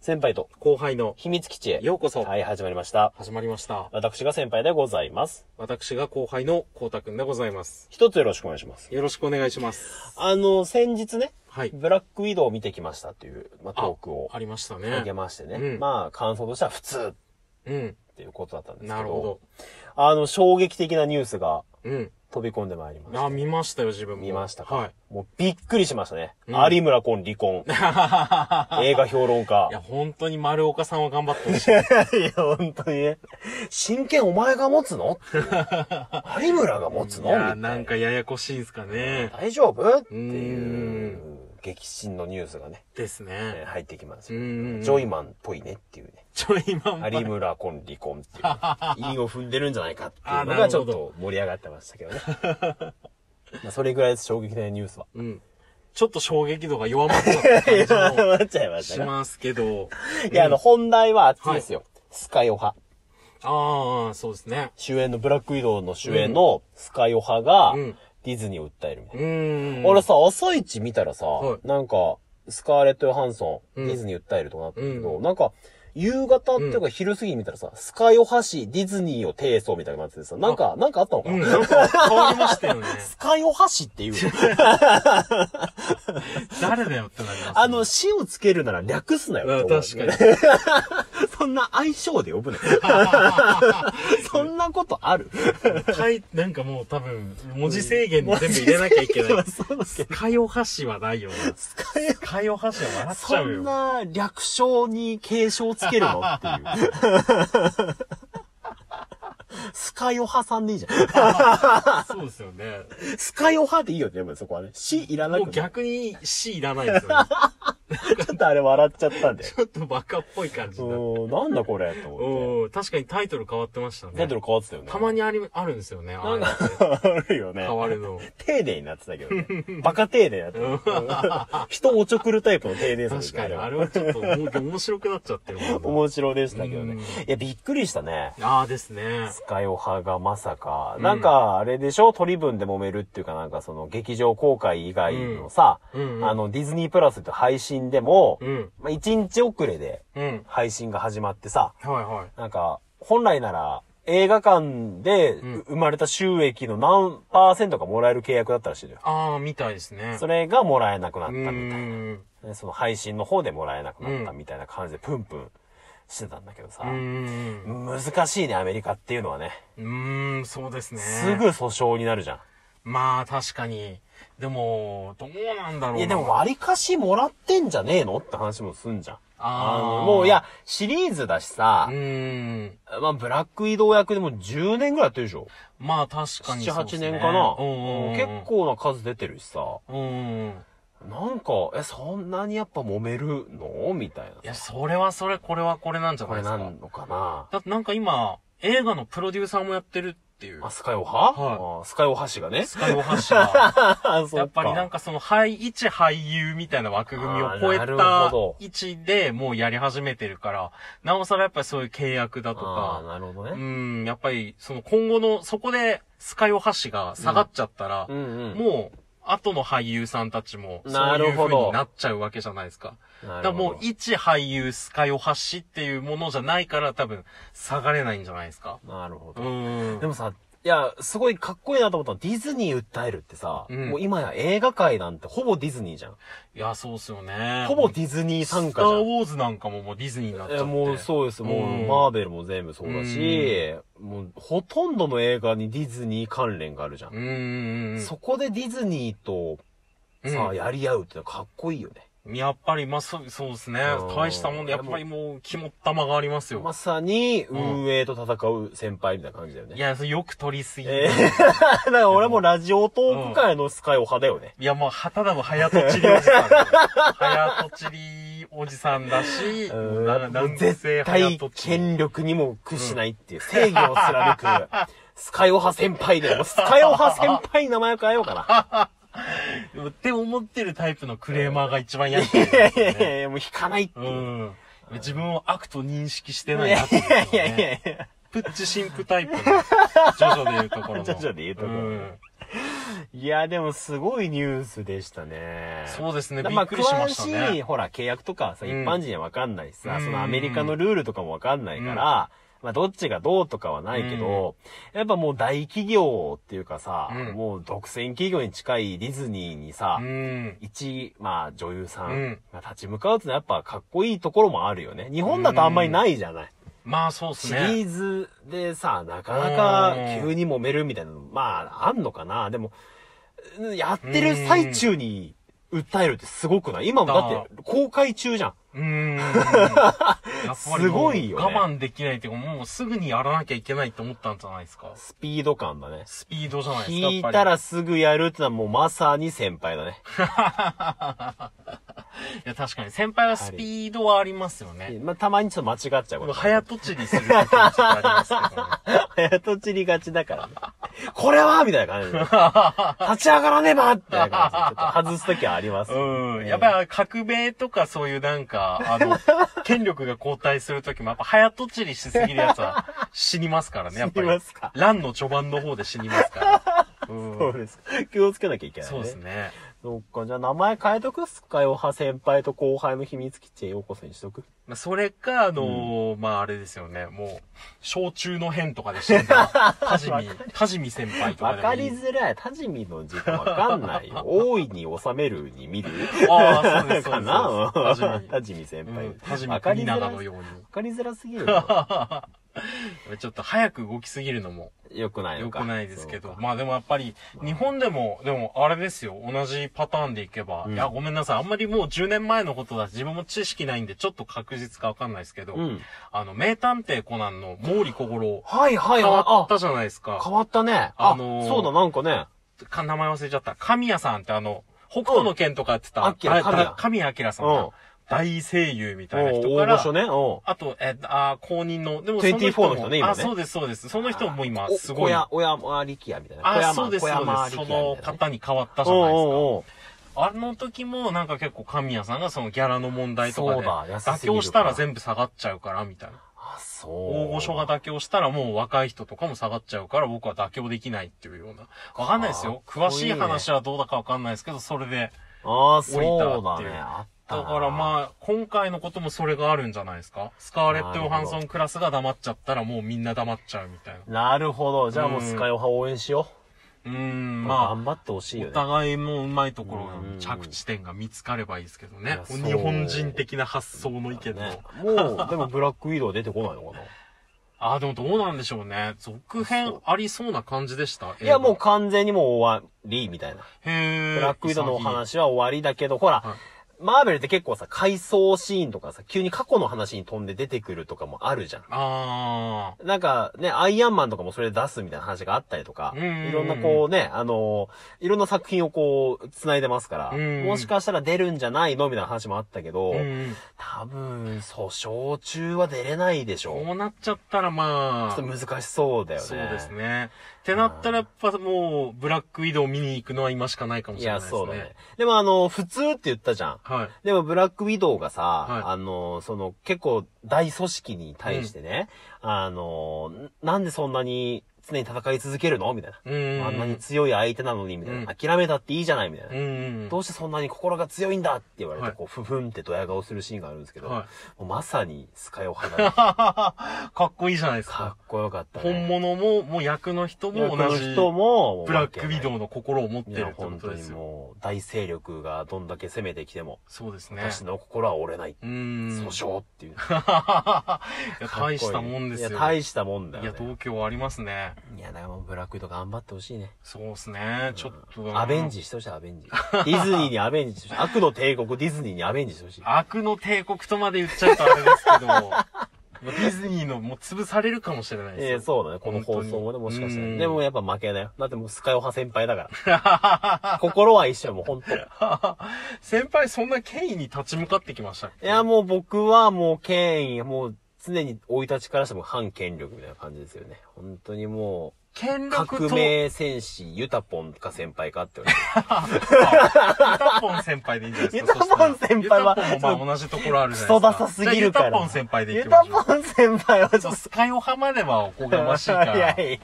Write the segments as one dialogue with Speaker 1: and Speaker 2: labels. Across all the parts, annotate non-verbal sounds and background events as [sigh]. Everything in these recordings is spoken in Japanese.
Speaker 1: 先輩と
Speaker 2: 後輩の
Speaker 1: 秘密基地へ。
Speaker 2: ようこそ
Speaker 1: はい、始まりました。
Speaker 2: 始まりました。
Speaker 1: 私が先輩でございます。
Speaker 2: 私が後輩のこうたくんでございます。
Speaker 1: 一つよろしくお願いします。
Speaker 2: よろしくお願いします。
Speaker 1: あの、先日ね、
Speaker 2: はい。
Speaker 1: ブラックウィドウを見てきましたっていう、まあ、
Speaker 2: あ
Speaker 1: トークを
Speaker 2: ありました
Speaker 1: あげ
Speaker 2: ね。
Speaker 1: ましてね。
Speaker 2: うん
Speaker 1: まあ、感想としては普通
Speaker 2: うん。
Speaker 1: っていうことだったんですけど。
Speaker 2: なるほど。
Speaker 1: あの、衝撃的なニュースが
Speaker 2: うん。
Speaker 1: 飛び込んでまいりました。
Speaker 2: あ、見ましたよ、自分も。
Speaker 1: 見ましたか、
Speaker 2: はい。
Speaker 1: もうびっくりしましたね。
Speaker 2: うん
Speaker 1: 有村昆離
Speaker 2: [laughs]
Speaker 1: 婚。映画評論家
Speaker 2: い。や、本当に丸岡さんは頑張ってほしい。
Speaker 1: いや、本当にね。真剣お前が持つ
Speaker 2: [laughs]
Speaker 1: のっていう有村が持つ
Speaker 2: い
Speaker 1: のみた
Speaker 2: や、
Speaker 1: い
Speaker 2: な
Speaker 1: なん
Speaker 2: かややこしいんすかね。
Speaker 1: 大丈夫っていう
Speaker 2: ー
Speaker 1: う激震のニュースがね、
Speaker 2: です
Speaker 1: えー
Speaker 2: ね。
Speaker 1: 入ってきます
Speaker 2: う
Speaker 1: よ。
Speaker 2: ん。
Speaker 1: ジョイマンっぽいねっていうね。
Speaker 2: ちょいまんま。
Speaker 1: 有村婚離婚っていう、韻を踏んでるんじゃないか [laughs] っていうの
Speaker 2: あな
Speaker 1: が
Speaker 2: る
Speaker 1: ちょ
Speaker 2: ほ
Speaker 1: っ
Speaker 2: ど
Speaker 1: と盛り上がってましたけ [laughs] どね。まあそれぐらいです、衝撃的なニュー [laughs] スは。
Speaker 2: うん。ちょっと衝撃度が弱まっちゃった感じも
Speaker 1: なっちゃいまし
Speaker 2: した
Speaker 1: ね。
Speaker 2: ますけど。
Speaker 1: いや、あの、本題はあっちですよ。スカイオハ。
Speaker 2: ああ、そうですね。
Speaker 1: 主演の、ブラックウィドウの主演のスカイオハが
Speaker 2: うん、
Speaker 1: ディズニーを訴えるみたいな
Speaker 2: う。ーん。
Speaker 1: 俺さ、朝一見たらさ、
Speaker 2: はい
Speaker 1: なんか、スカーレット・ヨハンソン、
Speaker 2: うん
Speaker 1: ディズニー訴えるとかなったけど、
Speaker 2: う
Speaker 1: なんか、夕方っていうか昼過ぎに見たらさ、スカイオハ市ディズニーを提訴みたいなのがあってさ、なんか、なんかあったのかな、
Speaker 2: うん、なんか変わりましたよね。
Speaker 1: [laughs] スカイオハ市っ
Speaker 2: [laughs]
Speaker 1: ていう。
Speaker 2: 誰だよってなります、ね。
Speaker 1: あの、、市をつけるなら略すなよって思うよね。
Speaker 2: 確かに。
Speaker 1: そんな相性で呼
Speaker 2: [laughs]
Speaker 1: ぶね。そんなことある
Speaker 2: はい、なんかもう多分、文字制限に全部入れなきゃ
Speaker 1: [laughs]
Speaker 2: いけない。
Speaker 1: そうだけ
Speaker 2: ス
Speaker 1: ど
Speaker 2: カイオハシはないよな。ス
Speaker 1: スカイオハ
Speaker 2: カイオハシは笑っち
Speaker 1: そ
Speaker 2: ゃうんよ。
Speaker 1: な略称に継承つけるのっていう。スカヨハさんでいいじゃん。
Speaker 2: そうですよね。
Speaker 1: スカヨハでいいよね、でもそこはね。死いらな
Speaker 2: も
Speaker 1: く
Speaker 2: う
Speaker 1: て。ちょ
Speaker 2: 逆に C いらないですよね。
Speaker 1: っとあれ笑っちゃったんだよ。
Speaker 2: ちょっとバカっぽい感じになって。
Speaker 1: うん、なんだこれと思っ
Speaker 2: おー確かにタイトル変わってましたね。
Speaker 1: て。タイトル変わってたよね。
Speaker 2: たまにあり、あるんですよね。あれ
Speaker 1: あるよね。
Speaker 2: 変わるの。
Speaker 1: 丁寧になってたけどね。バカ丁寧になってた。人おちょくるタイプの丁寧さで
Speaker 2: 確
Speaker 1: すね
Speaker 2: かに、あれはちょっともう面白くなっちゃってるもんな。
Speaker 1: 面白でしたけどね。いや、びっくりしたね。
Speaker 2: ああですね。
Speaker 1: スカヨハがまさか、なんかあれでしょ取り分で揉めるっていうかなんかその劇場公開以外のさ、
Speaker 2: うんうん
Speaker 1: あのディズニープラスって配信でも、
Speaker 2: うん。
Speaker 1: まあ、1日遅れで
Speaker 2: うん。
Speaker 1: 配信が始まってさ、
Speaker 2: はいはい。
Speaker 1: なんか本来なら映画館で
Speaker 2: ん
Speaker 1: 生まれた収益の何パーセントがもらえる契約だったらしいのよ。
Speaker 2: ああ、みたいですね。
Speaker 1: それがもらえなくなっ
Speaker 2: う
Speaker 1: たみたいな。
Speaker 2: ーん。
Speaker 1: ねその配信の方でもらえなくなったみたいな感じでプンプンしてたんだけどさ、
Speaker 2: うーん。
Speaker 1: 難しいね、アメリカっていうのはね。
Speaker 2: うーん、そうですね。
Speaker 1: すぐ訴訟になるじゃん。
Speaker 2: まあ、確かに。でも、どうなんだろうな。
Speaker 1: いや、でも、割かしもらってんじゃねえのって話もすんじゃん。
Speaker 2: あー
Speaker 1: のもう、いや、シリーズだしさ
Speaker 2: う、ーん。
Speaker 1: まあ、ブラック移動役でも10年ぐらいやってるでしょ
Speaker 2: まあ、確かに
Speaker 1: 7、
Speaker 2: そうで
Speaker 1: 8
Speaker 2: すね。
Speaker 1: 年かな、
Speaker 2: うんうんうん。
Speaker 1: 結。構な数出てるしさ。
Speaker 2: うんうん。
Speaker 1: なんか、え、そんなにやっぱ揉めるのみたい
Speaker 2: い
Speaker 1: な。
Speaker 2: や、それはそれ、これはこれなんじゃな
Speaker 1: こ
Speaker 2: い
Speaker 1: れ
Speaker 2: です
Speaker 1: な
Speaker 2: か。
Speaker 1: んのかな
Speaker 2: だってなんか今、映画のプロデューサーもやってるっていう
Speaker 1: あ、。スカイオハ、
Speaker 2: は
Speaker 1: あスカイオハ氏がね。 [laughs]
Speaker 2: スカイオハシが。
Speaker 1: や
Speaker 2: やっぱりなんかその、はい、一俳優みたいな枠組みを超
Speaker 1: あー
Speaker 2: え
Speaker 1: なる
Speaker 2: た
Speaker 1: ほど
Speaker 2: 位置でもうやり始めてるから、なおさらやっぱりそういう契約だと
Speaker 1: ああ、
Speaker 2: か、
Speaker 1: なるほ
Speaker 2: う
Speaker 1: どね。
Speaker 2: ん、やっぱりその今後の、そこでスカイオハシが下がっちゃったら
Speaker 1: う、んうん。
Speaker 2: もう、後の俳優さんたちも、そ
Speaker 1: な
Speaker 2: うい
Speaker 1: る
Speaker 2: う
Speaker 1: ほ
Speaker 2: 風
Speaker 1: ど
Speaker 2: になっちゃうわけじゃないですか。だ
Speaker 1: な
Speaker 2: か
Speaker 1: る
Speaker 2: ら
Speaker 1: ほど
Speaker 2: もう、一俳優スカイオハシっていうものじゃないから多分、下がれないんじゃないですか。
Speaker 1: なるほ
Speaker 2: う
Speaker 1: ど。
Speaker 2: ん
Speaker 1: で。もさ、いや、すごいかっこいいなと思ったのは、ディズニー訴えるってさ、
Speaker 2: うん
Speaker 1: もう今や映画界なんてほぼディズニーじゃん。
Speaker 2: いや、そうっすよね。
Speaker 1: ほぼディズニー参
Speaker 2: スタ
Speaker 1: 加じゃ
Speaker 2: ー
Speaker 1: ん。
Speaker 2: ウォーズなんかももうディズニーになっちゃ
Speaker 1: い
Speaker 2: っ
Speaker 1: や
Speaker 2: て。
Speaker 1: もうそうです。もう、
Speaker 2: うん
Speaker 1: マーベルも全部そうだし、もう、ほとんどの映画にディズニー関連があるじゃん。
Speaker 2: うーん。
Speaker 1: そこでディズニーと、さ、
Speaker 2: うん
Speaker 1: やり合うってのはかっこいいよね。
Speaker 2: やっぱり、まあ、そう、そうですね
Speaker 1: うん。
Speaker 2: 大したもんで、やっぱりもう、肝っ玉がありますよ。
Speaker 1: まさに、運営と戦う先輩みたいな感じだよ
Speaker 2: い
Speaker 1: ね。
Speaker 2: や、それよく取りすぎ。
Speaker 1: えー [laughs] だから俺もラジオトーク界のスカイオ派だよね。
Speaker 2: いや、もう、旗だも早とちりおじさん。早とちりおじさんだし、
Speaker 1: [laughs] うん
Speaker 2: な
Speaker 1: もう
Speaker 2: 男性
Speaker 1: 絶
Speaker 2: 早
Speaker 1: 対
Speaker 2: とちり。
Speaker 1: 権力にも屈しないっていう正義を貫く、
Speaker 2: [laughs]
Speaker 1: スカイオハ先輩で、もうスカイオハ先輩に名前を変えようか
Speaker 2: [laughs]
Speaker 1: な。
Speaker 2: って思ってるタイプのクレーマーが一番やって
Speaker 1: いやい
Speaker 2: る。
Speaker 1: やいやいや、もう引かないって
Speaker 2: う
Speaker 1: いう。い
Speaker 2: ん。自分を悪と認識してない
Speaker 1: や
Speaker 2: や
Speaker 1: い
Speaker 2: つですよね
Speaker 1: やいやいや。
Speaker 2: プッチ神父タイプの、ジョジョで言うところの。
Speaker 1: ジョジョで言うところ
Speaker 2: ん
Speaker 1: いや、でもすごいニュースでしたね。
Speaker 2: そうですね。び
Speaker 1: まあ、
Speaker 2: っくりしました
Speaker 1: 詳しい、
Speaker 2: ね。
Speaker 1: ほら、契約とかさ、
Speaker 2: うん
Speaker 1: 一般人はわかんないしさ、
Speaker 2: うん
Speaker 1: そのアメリカのルールとかもわかんないから、まあ、どっちがどうとかはないけど、やっぱもう大企業っていうかさ、
Speaker 2: うん
Speaker 1: もう独占企業に近いディズニーにさ、
Speaker 2: うん。
Speaker 1: 一、まあ、女優さん、
Speaker 2: うん
Speaker 1: まあ立ち向かうってのはやっぱかっこいいところもあるよね。日本だとあんまりないじゃない。
Speaker 2: まあそうです
Speaker 1: シリ
Speaker 2: ね。
Speaker 1: ーズでさ、なかなか
Speaker 2: うん
Speaker 1: 急に揉めるみたいなの、まあ、あんのかな。でも、うんやってる最中に訴えるってすごくない今もだって公開中じゃん。
Speaker 2: う
Speaker 1: [laughs]
Speaker 2: ーん。やっぱり
Speaker 1: す
Speaker 2: も
Speaker 1: ご
Speaker 2: う
Speaker 1: いよね
Speaker 2: 我慢できないというか、もうすぐにやらなきゃいけないと思ったんじゃないですか。
Speaker 1: スピード感だね。
Speaker 2: スピードじゃないですか。
Speaker 1: 聞い
Speaker 2: や
Speaker 1: た
Speaker 2: っぱ
Speaker 1: らすぐやるってのはもうまさに先輩だね。
Speaker 2: り。いや、確かに。先輩はスピードはありますよね。
Speaker 1: まあ、たまにちょっと間違っちゃうこと。
Speaker 2: 早とちりする時もちょっとありますけどね。
Speaker 1: [laughs] 早とちりがちだからね。これはみたいな感じ
Speaker 2: [laughs]
Speaker 1: で。立ち上がらねばってな感じで。ちょっと外すときはあります。
Speaker 2: うん。やっぱり革命とかそういうなんか、
Speaker 1: [laughs]
Speaker 2: あの、権力が交代するときもやっぱ早とちりしすぎるやつは死にますからね、やっぱり。
Speaker 1: 死にますか
Speaker 2: 乱の序盤の方で死にま
Speaker 1: [laughs]
Speaker 2: すから。うん。
Speaker 1: そうです。気をつけなきゃいけないね。
Speaker 2: そうですね。
Speaker 1: そっか、じゃあ名前変えとくっすかよ、は先輩と後輩の秘密基地へようこそにしとく。
Speaker 2: まあ、それか、あのーまあ、あれですよね、もう、小中の変とか
Speaker 1: [laughs]
Speaker 2: で死んだ、カジミ、カジミ先輩とか
Speaker 1: わ
Speaker 2: でも
Speaker 1: か
Speaker 2: い
Speaker 1: り
Speaker 2: い。
Speaker 1: づらい。タジミの字がわかん
Speaker 2: [laughs]
Speaker 1: ないよ。大いに収めるに見る
Speaker 2: ああ、そうです、そ
Speaker 1: か
Speaker 2: うです。そう
Speaker 1: な
Speaker 2: です
Speaker 1: タジミ先
Speaker 2: カジミ。
Speaker 1: 輩
Speaker 2: うん。カジミ
Speaker 1: わかりづ
Speaker 2: 国
Speaker 1: らい。
Speaker 2: 長の
Speaker 1: わ
Speaker 2: よう
Speaker 1: かりづらすぎる
Speaker 2: [laughs]
Speaker 1: よ。
Speaker 2: に。ちょっと早く動きすぎるのも
Speaker 1: よくない
Speaker 2: 良
Speaker 1: のか。
Speaker 2: くないですけど
Speaker 1: そ。うか
Speaker 2: まあでもやっぱり、日本でも、でもあれですよ、同じパターンでいけば、
Speaker 1: うん
Speaker 2: いや、ごめんなさい、あんまりもう10年前のことだし、自分も知識ないんで、ちょっと確実かわかんないですけど、
Speaker 1: うん。
Speaker 2: あの、名探偵コナンの毛利小五郎、
Speaker 1: はいはい
Speaker 2: 変
Speaker 1: はい。
Speaker 2: わっ
Speaker 1: あ、
Speaker 2: たじゃないですか。
Speaker 1: 変わったね。あ、
Speaker 2: あのー
Speaker 1: そうだ、なんかね。
Speaker 2: か名前忘れちゃった。神谷さんってあの、北斗の剣とかやってた、
Speaker 1: うん明
Speaker 2: あ
Speaker 1: 神谷
Speaker 2: 神谷明さん
Speaker 1: うん
Speaker 2: が、大声優みたいな
Speaker 1: お
Speaker 2: 人
Speaker 1: う
Speaker 2: か
Speaker 1: 大御所
Speaker 2: ら、
Speaker 1: ね。お
Speaker 2: あと、え、あ、公認の、でも
Speaker 1: 24の人ね今ね
Speaker 2: あ、そうです、そうです。その人も今、すごい。
Speaker 1: 親、親回りきやみたいな。小
Speaker 2: あ、
Speaker 1: 山
Speaker 2: そうです、
Speaker 1: 小
Speaker 2: そう
Speaker 1: 山
Speaker 2: です。
Speaker 1: 力
Speaker 2: そ
Speaker 1: 也み
Speaker 2: の
Speaker 1: たいなね
Speaker 2: 方に変わったじゃないで
Speaker 1: おう
Speaker 2: すか。
Speaker 1: おうおう
Speaker 2: あの時もなんか結構神谷さんがそのギャラの問題とか
Speaker 1: そう
Speaker 2: で、
Speaker 1: だ安す
Speaker 2: 妥
Speaker 1: ぎるから
Speaker 2: 協したら全部下がっちゃうからみたいな。
Speaker 1: あ、そう。
Speaker 2: 大御所が妥協したらもう若い人とかも下がっちゃうから僕は妥協できないっていうような。わかんないですよ。
Speaker 1: かっ
Speaker 2: 詳
Speaker 1: こいい
Speaker 2: し
Speaker 1: ね
Speaker 2: い話はどうだかわかんないですけど、それで。
Speaker 1: ああ、そう
Speaker 2: 降
Speaker 1: だ
Speaker 2: りたっていう
Speaker 1: ね。あった
Speaker 2: だ
Speaker 1: な
Speaker 2: からまあ、今回のこともそれがあるんじゃないですかスカーレット・ヨハンソンクラスが黙っちゃったらもうみんな黙っちゃうみたいな。
Speaker 1: なるほど。じゃあもうスカイオハ応援しよ
Speaker 2: うーん、
Speaker 1: う。
Speaker 2: まあ
Speaker 1: 頑。張ってほしいよ
Speaker 2: お
Speaker 1: ね。
Speaker 2: 互いもうまいところが
Speaker 1: うん
Speaker 2: 着地点が見つかればいいですけどね。
Speaker 1: いや
Speaker 2: 日本人的な発想の意見
Speaker 1: ね
Speaker 2: と。、
Speaker 1: もう、でもブラックウィドウ出てこないのかな
Speaker 2: ああ、でもどうなんでしょうね。続編ありそうな感じでした。
Speaker 1: いや、もう
Speaker 2: 映
Speaker 1: 完全にもう終わり、みたいな。
Speaker 2: 画、へえ。
Speaker 1: ブラックウィドウのお
Speaker 2: 潔い。
Speaker 1: 話は終わりだけど、ほら
Speaker 2: はい、
Speaker 1: マーベルって結構さ、回想シーンとかさ、急に過去の話に飛んで出てくるとかもあるじゃん。
Speaker 2: あ
Speaker 1: なんかね、アイアンマンとかもそれで出すみたいな話があったりとか、
Speaker 2: うんうんうん
Speaker 1: いろんなこうね、あのーいろんな作品をこう、繋いでますから、
Speaker 2: うんうん
Speaker 1: もしかしたら出るんじゃないのみたいな話もあったけど、
Speaker 2: あ。うん。
Speaker 1: 多分、訴訟中は出れないでしょ
Speaker 2: こうなっちゃったらまあ。
Speaker 1: ちょっと難しそうだよね。
Speaker 2: そうです。ね。ってなったらやっぱもう、ブラックウィドウ見に行くのは今しかないかも
Speaker 1: い
Speaker 2: しれな
Speaker 1: や、
Speaker 2: いです
Speaker 1: そうだね
Speaker 2: ね。。
Speaker 1: でもあの、普通って言ったじゃん。
Speaker 2: はい。
Speaker 1: でも、ブラックウィドウがさ、
Speaker 2: はい
Speaker 1: あの、その、結構、大組織に対してね、あの、なんでそんなに常に戦い続けるのみたいな。
Speaker 2: うーん。
Speaker 1: あんなに強い相手なのに、みたいな。
Speaker 2: うん
Speaker 1: 諦めたっていいじゃないみたいな。
Speaker 2: うん。
Speaker 1: どうしてそんなに心が強いんだって言われて、
Speaker 2: はい
Speaker 1: こう、ふふんってドヤ顔するシーンがあるんですけど、
Speaker 2: は
Speaker 1: もうまさに、スカイオハ
Speaker 2: [laughs]
Speaker 1: ナ。
Speaker 2: かっこいいじゃないです
Speaker 1: か
Speaker 2: か。
Speaker 1: っこよかった、ね。
Speaker 2: 本物も、もう役の人も
Speaker 1: も
Speaker 2: 同
Speaker 1: の
Speaker 2: じ。
Speaker 1: 人も、
Speaker 2: ブラックウィド
Speaker 1: ウ
Speaker 2: ウの心を持って
Speaker 1: い
Speaker 2: るっ
Speaker 1: や、
Speaker 2: てこ
Speaker 1: 本
Speaker 2: と
Speaker 1: 当
Speaker 2: で
Speaker 1: に
Speaker 2: すよ。
Speaker 1: もう、大勢力がどんだけ攻めてきても、
Speaker 2: そうですね。
Speaker 1: 私の心は折れない。
Speaker 2: うーん。
Speaker 1: 訴
Speaker 2: [laughs]
Speaker 1: 訟っていう。
Speaker 2: いや、
Speaker 1: かっこいい
Speaker 2: 大したもんですよ。
Speaker 1: いや、大したもんだ
Speaker 2: いや
Speaker 1: よ、ね。
Speaker 2: 東京ありますね。
Speaker 1: いや、だからもうブラックウィドウ頑張ってほしいね。
Speaker 2: そうですね。ちょっと。
Speaker 1: アベン。ジしてほしい、アベンジ。ディズニーにアベンジ
Speaker 2: [laughs]
Speaker 1: してほしい。悪の帝国ディズニーにアベンジしてほしい。
Speaker 2: 悪の帝国とまで言っちゃうとあれです
Speaker 1: [laughs]
Speaker 2: けど、まあディズニーのもう潰されるかもしれない
Speaker 1: ええ
Speaker 2: ですよ。
Speaker 1: そうだね。この放送もね、も
Speaker 2: 本当
Speaker 1: し
Speaker 2: に
Speaker 1: かした
Speaker 2: う
Speaker 1: ら。
Speaker 2: ん
Speaker 1: でもやっぱ負けだよ。だってもうスカイオハ先輩だ
Speaker 2: [laughs]
Speaker 1: から。心は一緒よもう本当。い
Speaker 2: 先輩そんな権威に立ち向かってきましたっけ
Speaker 1: や、もう僕はもう権威、もう常に生い立ちからしても反権力みたいな感じですよね。本当にも
Speaker 2: 権
Speaker 1: う、
Speaker 2: 力
Speaker 1: 革
Speaker 2: と、
Speaker 1: 命戦士、ユタポンか先輩か
Speaker 2: [laughs]
Speaker 1: って言われて。
Speaker 2: ユタポン先輩でいいんじゃないですか。
Speaker 1: ユタポン先輩は
Speaker 2: ユタポンもまあ同じところあるじゃな
Speaker 1: クソ
Speaker 2: いですか。
Speaker 1: ダサすぎるから。
Speaker 2: じゃあユタポン先輩でい
Speaker 1: ユ
Speaker 2: きま
Speaker 1: タ
Speaker 2: しょう。
Speaker 1: ポン先輩はちょっと
Speaker 2: スカイオハまではおこがましい
Speaker 1: [laughs] い
Speaker 2: から。
Speaker 1: やい
Speaker 2: ユ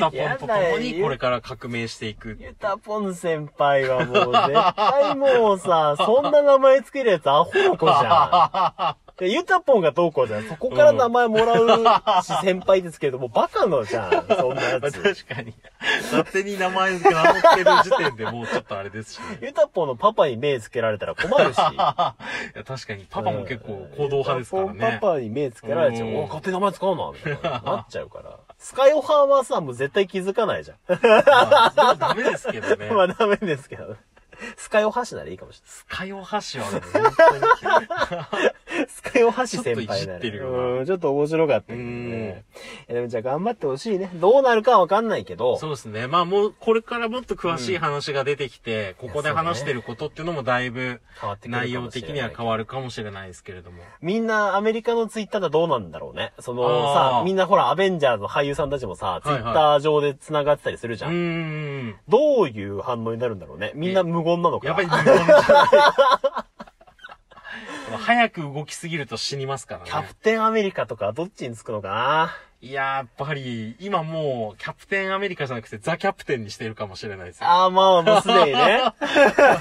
Speaker 2: タポンと共にこれから革命していく。
Speaker 1: ゆたぽん先輩はもう絶対もうさ、そんな名前つけるやつアホの子じゃん。でゆたぽんがどうこうじゃん。そこから名前もらうし、先輩ですけども、バカのじゃん。そんなや
Speaker 2: まあ
Speaker 1: つ。
Speaker 2: 確かに。勝手に名前が名乗ってる時点でもうちょっとあれですし
Speaker 1: [laughs]
Speaker 2: ね。
Speaker 1: ゆたぽんのパパに目つけられたら困るし。
Speaker 2: いや確かに、パパも結構行動派ですから
Speaker 1: ゆた
Speaker 2: ね。
Speaker 1: ぽんパパに目つけられちゃう。
Speaker 2: うん
Speaker 1: お勝手に名前使うな、みたいな。なっちゃうから。スカイオハンはさ、もう絶対気づかないじゃん。
Speaker 2: まあそれはダメですけどね。
Speaker 1: [laughs] まあダメですけど。スカイオハシならいいかもし
Speaker 2: スカイオハシはね、本当に。
Speaker 1: れない。スカイオハシ先輩
Speaker 2: ちょ
Speaker 1: な
Speaker 2: っ
Speaker 1: ら。
Speaker 2: といじってるよ
Speaker 1: うん、ちょっと面白かったけどね。えでもじゃあ頑張ってほしいね。どうなるかはわかんないけど。
Speaker 2: そうですね。まあもう、これからもっと詳しい話が出てきて、ここで
Speaker 1: いやそうね
Speaker 2: 話してることっていうのもだいぶ
Speaker 1: 変わって、くるかもし
Speaker 2: 内
Speaker 1: れない
Speaker 2: 容的には変わるかもしれないですけれども。
Speaker 1: みんなアメリカのツイッターだどうなんだろうね。その
Speaker 2: あー
Speaker 1: さ、みんなほらアベンジャーズの俳優さんたちもさ、ツイ
Speaker 2: はい
Speaker 1: ッター上で繋がってたりするじ
Speaker 2: う
Speaker 1: ゃん。
Speaker 2: ーん。
Speaker 1: どういう反応になるんだろうね。みんな無言なのか
Speaker 2: や
Speaker 1: な。
Speaker 2: っぱり無言 [laughs] じゃない。早く動きすぎると死にますか
Speaker 1: キ
Speaker 2: ら
Speaker 1: ャ
Speaker 2: ね
Speaker 1: プ。テンアメリカとかどっちにつくのかない
Speaker 2: や、やっぱり、今もう、キャプテンアメリカじゃなくて、ザ・キャプテンにしてるかもしれないですよ。
Speaker 1: ああ、まあ、もうすでにね。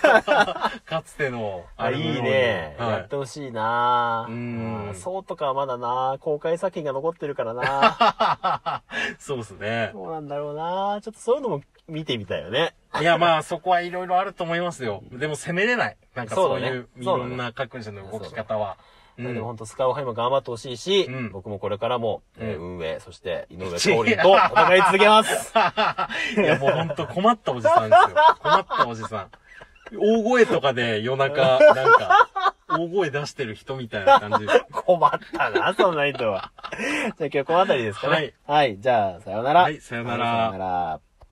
Speaker 2: [laughs] かつての、
Speaker 1: あ、
Speaker 2: れのように
Speaker 1: いいね。や
Speaker 2: は
Speaker 1: ってほしいな
Speaker 2: うーん
Speaker 1: あそうとかはまだな公開作品が残ってるからな
Speaker 2: い。 [laughs] そうですね。
Speaker 1: どうなんだろうなちょっとそういうのも見てみたいよね。
Speaker 2: いや、まあ、そこはいろいろあると思いますよ。でも、責めれない。なんか、そうい
Speaker 1: そう
Speaker 2: う
Speaker 1: だ、ね
Speaker 2: いろんな各社の動き方は。う
Speaker 1: でも
Speaker 2: ん。
Speaker 1: 本当スカオハイも頑張ってほしいし、
Speaker 2: うん
Speaker 1: 僕もこれからも、えー
Speaker 2: う
Speaker 1: 運営、そして井上香織と戦い続けます。 [laughs]
Speaker 2: いや、もうほんと困ったおじさんですよ。困ったおじさん。大声とかで夜中、なんか、大声出してる人みたいな感じです。
Speaker 1: 困ったな、そんな人は。じゃあ今日この辺りですかね。
Speaker 2: はい。
Speaker 1: はい、じゃあさようなら。
Speaker 2: はいさようなら
Speaker 1: さようなら。